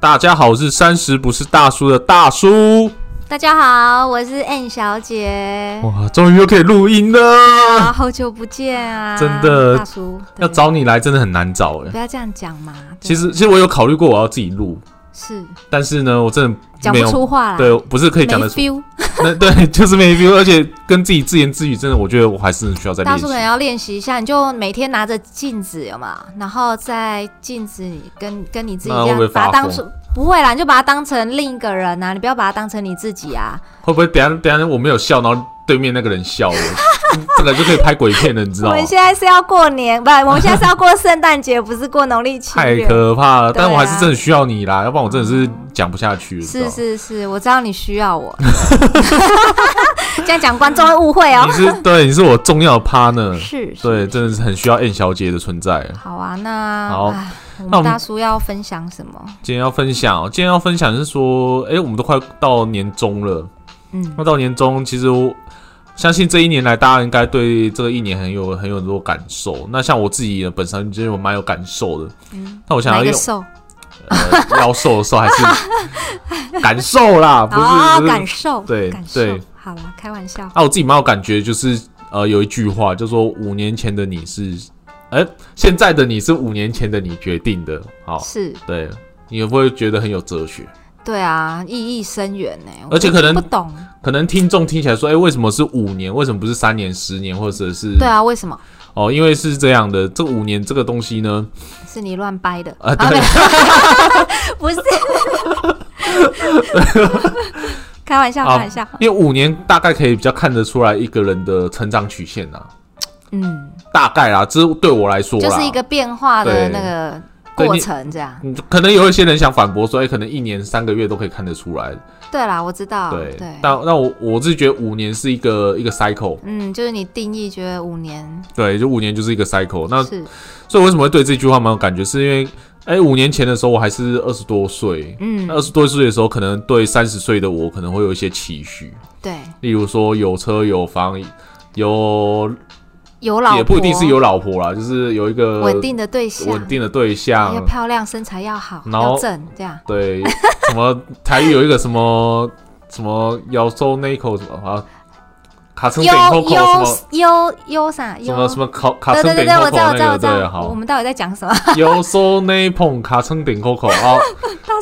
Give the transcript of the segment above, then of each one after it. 大家好，我是三十不是大叔的大叔。大家好，我是 N 小姐。哇，终于又可以录音了，啊，好久不见啊！真的大叔要对找你来真的很难找哎不。要这样讲嘛。对啊其实，其实我有考虑过我要自己录，是但是呢，我真的讲没不有出话来，对，不是可以没讲得出， feel。那 对，就是没 feel，而且跟自己自言自语，真的，我觉得我还是需要再大练叔啊习可。能要练习一下，你就每天拿着镜子，有嘛？然后在镜子里跟跟你自己那这会不会样，把它发当疯成不会啦，你就把它当成另一个人啊，你不要把它当成你自己啊。会不会等一下等一下我没有笑，然后对面那个人 笑我，这个就可以拍鬼片了，你知我道吗们？现在是要过年，不，我们现在是要过圣诞节，不是过农历七太月。可怕了，但对我还啊嗯是真的需要你啦，要不然我真的是讲不下去。你知道是吗是是，我知道你需 要我。这样讲观众会误会哦你。是对，你是我重要的 partner，是，是对，真的是很需要 N 小姐的存在。好啊，那好唉我那我们们大叔要分享什么？今天要分享哦，今天要分享的是说，哎、我们都快到年终了，嗯，那到年终，其实我相信这一年来，大家应该对这个一年很有很有很多感受。那像我自己呢，本身就有蛮有感受的，那我想嗯哪要一个用瘦？呃腰瘦的时候还是 感受啦，不是、哦，不是感受，对感受对。好了，开玩笑，啊，我自己蛮有感觉，就是呃，有一句话就说五年前的你是，哎、现在的你是五年前的你决定的。好，是对，你会不会觉得很有哲学？对啊，意义深远呢。我而且可能嗯不懂，可能听众听起来说，哎、为什么是五年？为什么不是三年、十年，或者是对啊，为什么哦，因为是这样的，这五年这个东西 呢，是你乱 掰的？啊、啊对，不是，开玩笑，啊开玩笑。因为五年大概可以比较看得出来一个人的成长曲线啊，嗯，大概啦，这对我来说啦，啊就是一个变化的对那个对过你程，这样。嗯。可能有一些人想反驳说，哎、可能一年三个月都可以看得出来，对啦，我知道，对。啊对。但那我我是觉得五年是一个一个 cycle，嗯，就是你定义觉得五年对，就五年就是一个 cycle。那是所以为什么会对这句话蛮有感觉？是因为，哎、五年前的时候我还是二十多岁，嗯，二十多岁的时候，可能对三十岁的我可能会有一些期许，对，例如说有车有房，有有老婆也不一定是有老婆啦，就是有一个稳定的对象，稳定的对象要，漂亮，身材要好，然后要正，这样对，什么台语有一个什么什么咬收那一口什么啊，卡成优饼扣扣什么。优优优啥什么优什么卡卡对成对顶对对，扣我扣知道我知道那我个知对，道，我好， 们到底在讲什么？有收那捧卡成顶扣扣 啊，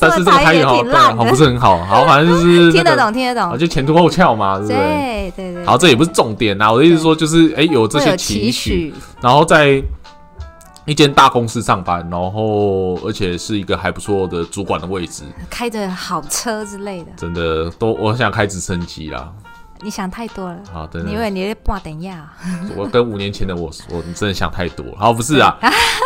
但是这个台台语好挺对好烂像不的，是很好，好反正就是 听那得个懂听得啊，懂，就前凸后翘嘛，对不对？对对对。好，这也不是对重点啦。我的意思说，就是哎、诶有这会有些期期许，，然后在一间大公司上班，然后而且是一个还不错的主管的位置，开着好车之类的，真的都我很想开直升机啦。你想太多了。啊，真你以的，为你在半啊等呀？我跟五年前的我，我真的想太多了。好，不是啊，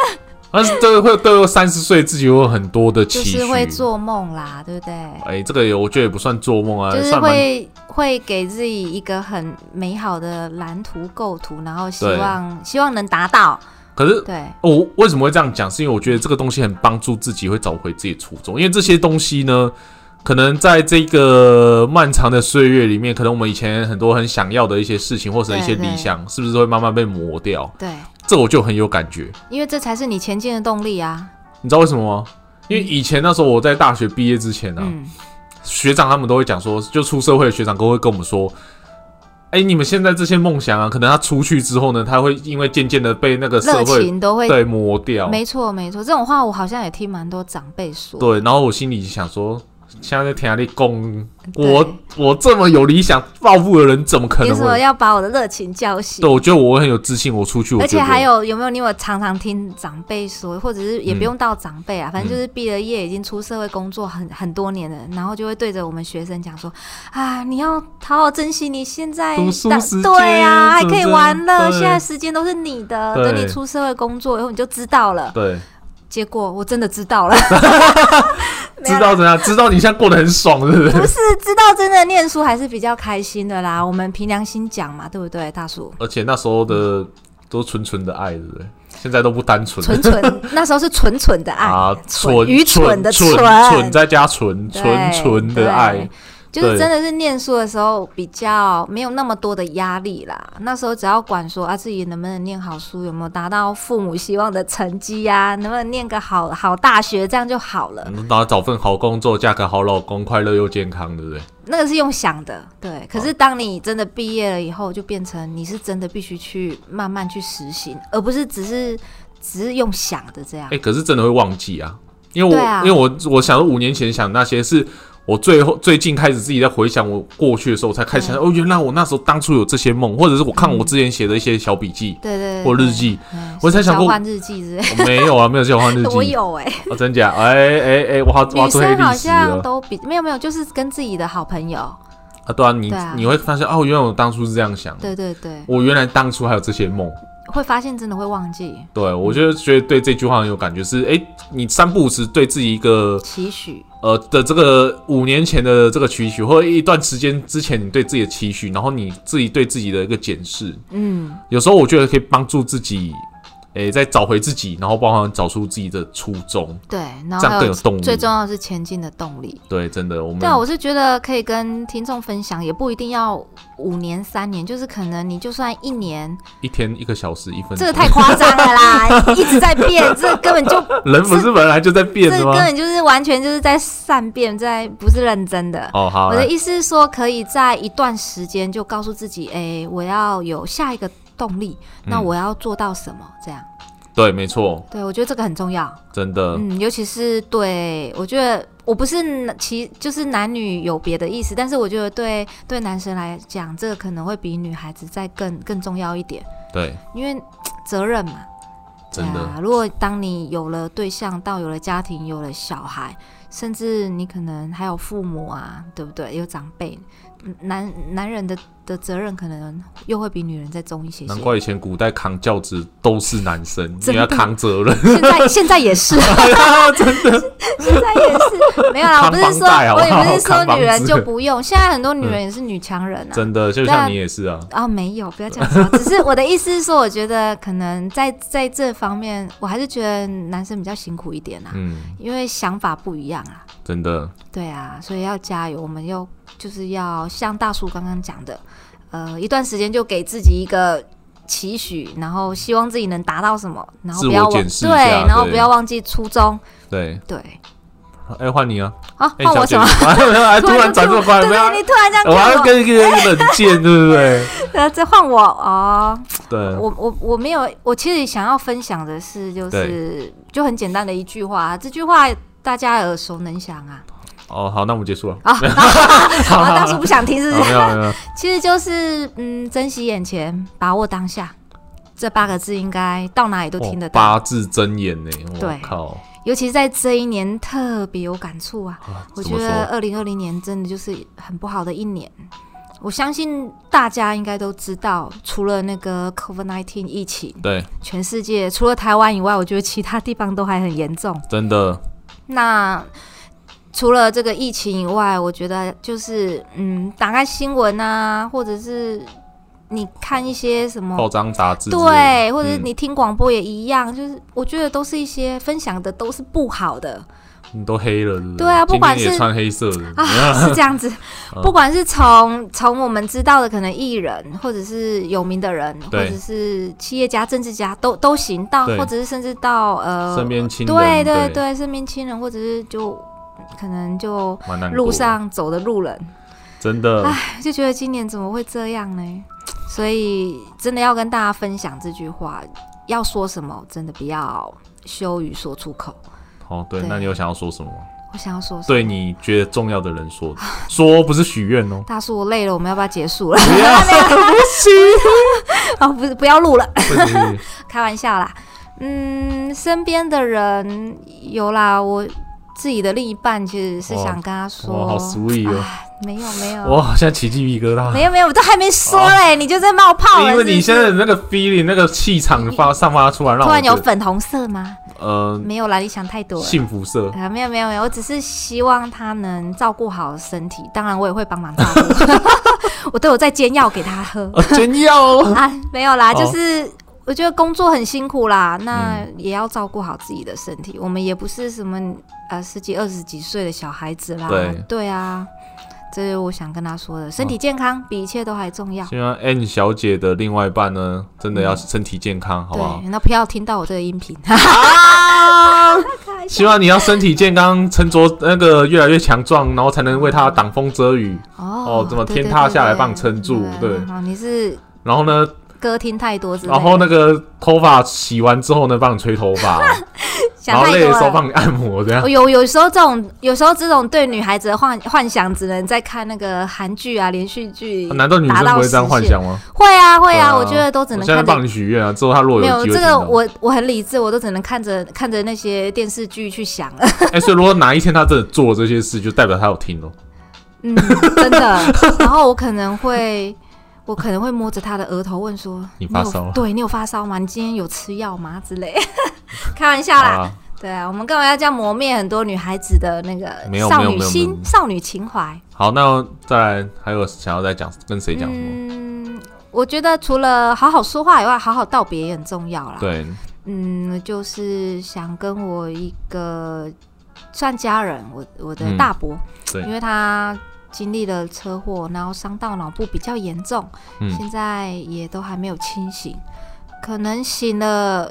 但是这个会对我三十岁自己有很多的就期许。是会做梦啦，对不对？哎、这个也我觉得也不算做梦啊，就是算蛮会会给自己一个很美好的蓝图构图，然后希对望希望能达到。可是对，我、哦为什么会这样讲？是因为我觉得这个东西很帮助自己，会找回自己的初衷。因为这些东西呢，可能在这个漫长的岁月里面，可能我们以前很多很想要的一些事情，或者一些对对理想，是不是会慢慢被磨掉？对，这我就很有感觉。因为这才是你前进的动力啊。你知道为什么吗？因为以前那时候我在大学毕业之前呢、啊，嗯，学长他们都会讲说，就出社会的学长都会跟我们说。哎、你们现在这些梦想啊，可能他出去之后呢，他会因为渐渐的被那个社热会情都会。对啊磨掉，没错，没错，这种话我好像也听蛮多长辈说。对，然后我心里想说，现在在天涯里供对我我这么有理想抱负的人，怎么可你能为什么会？要把我的热情叫醒对，？我觉得我很有自信，我出去，我而觉且得还我有有没有你有常常听长辈说，或者是也嗯不用到长辈啊，反正就是毕了业已经出社会工作很很多年了，然后就会对着我们学生讲说啊，你要好好珍惜你现在读书当时间对啊，还怎么可以这样玩了，对现在时间都是你的，对等你出社会工作以后你就知道了。对，结果我真的知道了， 没有知啦道怎样，知道你现在过得很爽，是不是？不是知道真的念书还是比较开心的啦。我们凭良心讲嘛，对不对，大叔？而且那时候的都纯纯的爱，对不对？现在都不单纯纯 纯那时候是纯纯的爱啊，蠢愚蠢的蠢蠢蠢蠢再加纯对纯纯的爱对，就是对真的是念书的时候比较没有那么多的压力啦。那时候只要管说啊自己能不能念好书，有没有达到父母希望的成绩呀、能不能念个好好大学，这样就好了。嗯然后找份好工作，嫁个好老公，快乐又健康，对不对？那个是用想的，对。可是当你真的毕业了以后，就变成你是真的必须去慢慢去实行，而不是只是只是用想的这样哎、。可是真的会忘记啊，因为我、对啊因为我我想五年前想那些是。我最后最近开始自己在回想我过去的时候，我才开始想哦，原来我那时候当初有这些梦，或者是我看我之前写的一些小笔记对嗯对对，或日对，记，嗯我才想交过换日记之类的。我没有啊，没有交换日我记，有哎、哦，真假？哎哎哎，我好我要女做黑生好历史像了都比没有没有，就是跟自己的好朋友，啊！对啊，你对啊你会发现哦，原来我当初是这样想，的，对对对，我原来当初还有这些梦。会发现真的会忘记对，我就觉得对这句话很有感觉是，哎，你三不五时对自己一个期许，呃的这个五年前的这个期许，或者一段时间之前你对自己的期许，然后你自己对自己的一个检视，嗯，有时候我觉得可以帮助自己，诶，再找回自己，然后包含找出自己的初衷，对，然这样后还更有有动力。最重要的是前进的动力。对，真的，我们对啊，我是觉得可以跟听众分享，也不一定要五年、三年，就是可能你就算一年，一天一个小时一分这钟个，太夸张了 啦，一直在变，这根本就人不是本来就在变的这根吗？本就是完全就是在善变，在不是认真的。哦，好，我的来意思是说，可以在一段时间就告诉自己，哎、我要有下一个动力，那嗯我要做到什么？这样，对，没错，对我觉得这个很重要。真的，嗯，尤其是对我觉得我不是其就是男女有别的意思，但是我觉得对对男生来讲，这个可能会比女孩子再更更重要一点，对，因为责任嘛。对真的，啊，如果当你有了对象，到有了家庭，有了小孩，甚至你可能还有父母啊，对不对？有长辈，嗯男男人的的责任可能又会比女人再重一些些难。怪以前古代扛轿子都是男生，因真的为要扛责 任，现在现在也是，真的，现在也是没有啦。我不是扛说，房贷好不我好也不是扛说房女人子嗯就不用，现在很多女人也是女强人啊。真的，就像你也是啊，啊、没有，不要这样说。只是我的意思是说，我觉得可能在在这方面，我还是觉得男生比较辛苦一点啊，嗯，因为想法不一样啊。真的，对啊，所以要加油，我们要就是要像大叔刚刚讲的，呃，一段时间就给自己一个期许，然后希望自己能达到什么，然后自不我要忘检视一对下，然后对不要忘记初衷，对，对。哎，换你啊，啊，哎，换小我姐什么？，哎 突然转这么快， 对没有啊对，你突然这样我还看要我，跟一个人冷箭，对不对？呃，再换我哦。对， 我我我没有，我其实想要分享的是，就是就很简单的一句话，啊这句话大家耳熟能详 啊。哦，好，那我们结束了，啊，好，啊大叔不想听是不好，是没？有没有，其实就是嗯，珍惜眼前，把握当下，这八个字应该到哪里 都听哇得到，哦八字真言呢，我对靠，尤其在这一年特别有感触啊。啊我怎觉么得说？二零二零年真的就是很不好的一年。我相信大家应该都知道，除了那个 COVID-19 疫情，对，全世界除了台湾以外，我觉得其他地方都还很严重。真的，那除了这个疫情以外，我觉得就是嗯，打开新闻啊，或者是你看一些什么报章杂志之类的，嗯对，或者是嗯你听广播也一样，就是我觉得都是一些分享的都是不好的你都黑了，对不对啊今不管天也是穿黑色的，啊， 是这样子。嗯不管是从从我们知道的可能艺人，或者是有名的人，或对者是企业家、政治家，都都行到，对或者是甚至到呃身边亲人对对对对，身边亲人，或者是就可能就蛮难过的路上走的路人，真的，就觉得今年怎么会这样呢？所以真的要跟大家分享这句话，要说什么真的不要羞于说出口。哦，对，对那你有想要说什么吗？我想要说什么？，对你觉得重要的人说，说不是许愿哦 大叔，我累了，我们要不要结束了？不 要，不行，哦，不是，不要录了，不行开玩笑啦。嗯，身边的人有啦，我自己的另一半其实是哇想跟他说，哇，好 sweet 哦，哎没有没有哇，现在起鸡皮疙瘩。没有没有，我都还没说嘞，你就在冒泡了因是为不是你现在的那个 feeling 那个气场发散发出来，让突我然觉有得粉红色吗？呃没有啦，你想太多了。幸福 色，啊，没有没有没有，我只是希望他能照顾好身体，当然我也会帮忙照顾， 我都有在煎药给他喝。啊，真要哦啊，没有啦，哦嗯就是我觉得工作很辛苦啦，那也要照顾好自己的身体。我们也不是什么呃十几、二十几岁的小孩子啦对，哦对啊，这是我想跟他说的，身体健康比一切都还重要。希望 N 小姐的另外一半呢，真的要嗯身体健康，好不好？对，那不要听到我这个音频， 啊！开希望你要身体健康，沉着那个越来越强壮，然后才能为他挡风遮雨。哦哦怎么对对天塌对下来对帮你撑住对好，你是然后呢，歌听太多之类的，然后那个头发洗完之后呢，帮你吹头 发，然想后太累多的时候了。帮你按摩，这样哦有有时候这种，有时候这种对女孩子的幻幻想，只能在看那个韩剧啊、连续剧。难道女生不会这样幻想吗？会啊，会对啊啊，我觉得都只我能现在看着帮你许愿啊，之后他如果没有有机会这听个到，我我很理智，我都只能看着看着那些电视剧去想。哎，所以如果哪一天他真的做了这些事，就代表他有听哦。 嗯，真的。然后我可能会，我可能会摸着他的额头问说：“你发有烧了对你有发烧吗？你今天有吃药吗？”之类。 开玩笑好啦，啦，对啊，我们干嘛要这样磨灭很多女孩子的那个没有少没有女没有没心有、少女情怀？好，那再来还有想要再讲跟谁讲什么？嗯，我觉得除了好好说话以外，好好道别也很重要啦。对，嗯，就是想跟我一个算家人，我我嗯的大伯，对因为他经历了车祸，然后伤到脑部比较严重，嗯现在也都还没有清醒，可能醒了，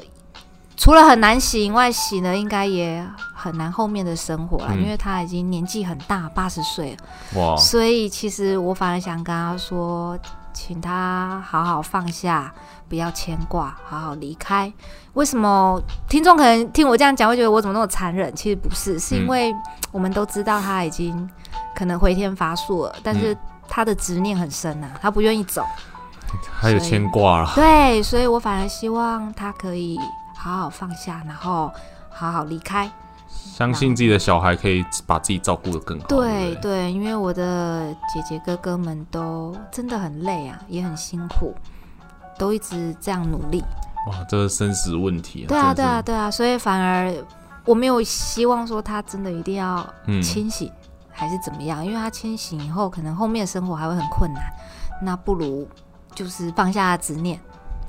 除了很难醒以外，醒了应该也很难后面的生活了，嗯哦因为他已经年纪很大，八十岁了，哇，所以其实我反而想跟他说，请他好好放下，不要牵挂，好好离开。为什么听众可能听我这样讲会觉得我怎么那么残忍？其实不嗯是，是因为我们都知道他已经可能回天乏术了，但嗯是他的执念很深呐、他不愿意走。还有牵挂啦。对，所以我反而希望他可以好好放下，然后好好离开。相信自己的小孩可以把自己照顾得更好。对不对，因为我的姐姐哥哥们都真的很累啊，也很辛苦，都一直这样努力。哇，这是生死问题啊！对啊，对真的啊，对啊，所以反而我没有希望说他真的一定要是，嗯，清醒、还是怎么样，因为他清醒以后，可能后面的生活还会很困难。那不如就是放下执念，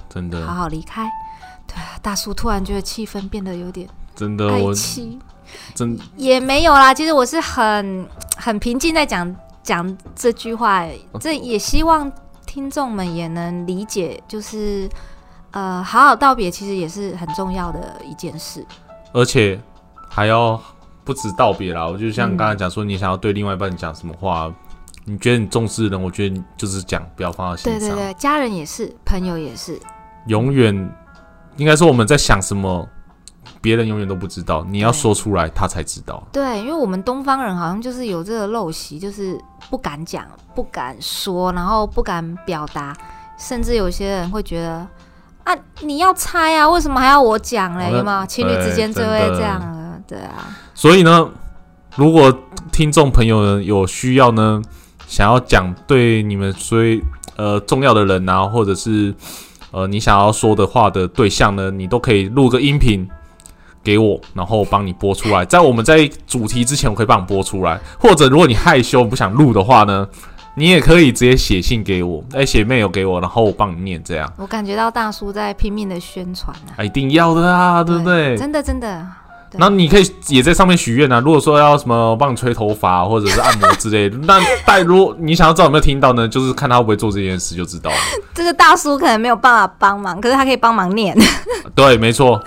真好的，好离开。对啊，大叔突然觉得气氛变得有点真的，哀呃我戚。真也没有啦，其实我是很很平静在讲讲这句话，哦这也希望听众们也能理解，就是呃，好好道别其实也是很重要的一件事。而且还要不止道别啦。我就像嗯刚才讲说，你想要对另外一半讲什么话，你觉得你重视的人，我觉得你就是讲，不要放到心对对上。对，家人也是，朋友也是，永远应该说我们在想什么，别人永远都不知道，你要说出来，他才知道。对，因为我们东方人好像就是有这个陋习，就是不敢讲、不敢说，然后不敢表达，甚至有些人会觉得啊，你要猜啊，为什么还要我讲嘞？好的有没有情侣之间对就会真的这样了？对啊。所以呢，如果听众朋友呢有需要呢，想要讲对你们追呃重要的人啊，或者是呃你想要说的话的对象呢，你都可以录个音频。给我，然后帮你播出来。在我们在主题之前，我可以帮你播出来。或者，如果你害羞不想录的话呢，你也可以直接写信给我，哎，写 mail 给我，然后我帮你念。这样我感觉到大叔在拼命的宣传啊，啊，一定要的啊，对不对？真的真的，对那你可以也在上面许愿啊。如果说要什么帮你吹头发啊或者是按摩之类的，那但如果你想要知道有没有听到呢，就是看他会不会做这件事就知 道了。这个大叔可能没有办法帮忙，可是他可以帮忙念， 对，没哦错，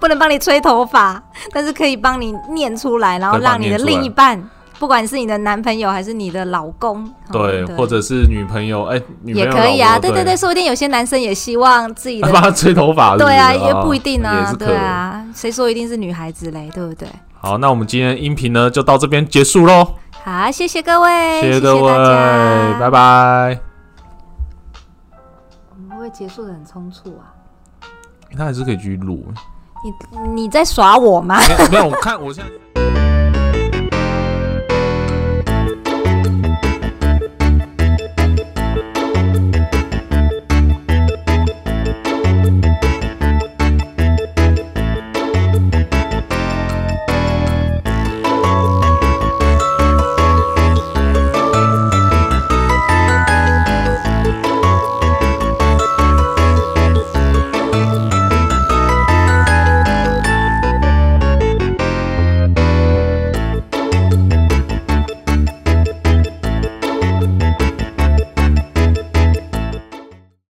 不能帮你吹头发，但是可以帮你念出来，然后对帮让你你的念出来另一半，不管是你的男朋友还是你的老公，哦对，或者是女朋友，哎、女朋也友可以啊，老婆对对对，，说不定有些男生也希望自己 啊的。帮他吹头发是是，对啊，哦也不一定也啊，是可对以。啊，谁说一定是女孩子嘞，对不对？好，那我们今天音频呢就到这边结束喽，好，谢谢各位，谢谢各位，大家，拜。拜。我们会不会结束的很匆促啊？他还是可以继续录，你你在耍我吗？没有没有，我看我现在。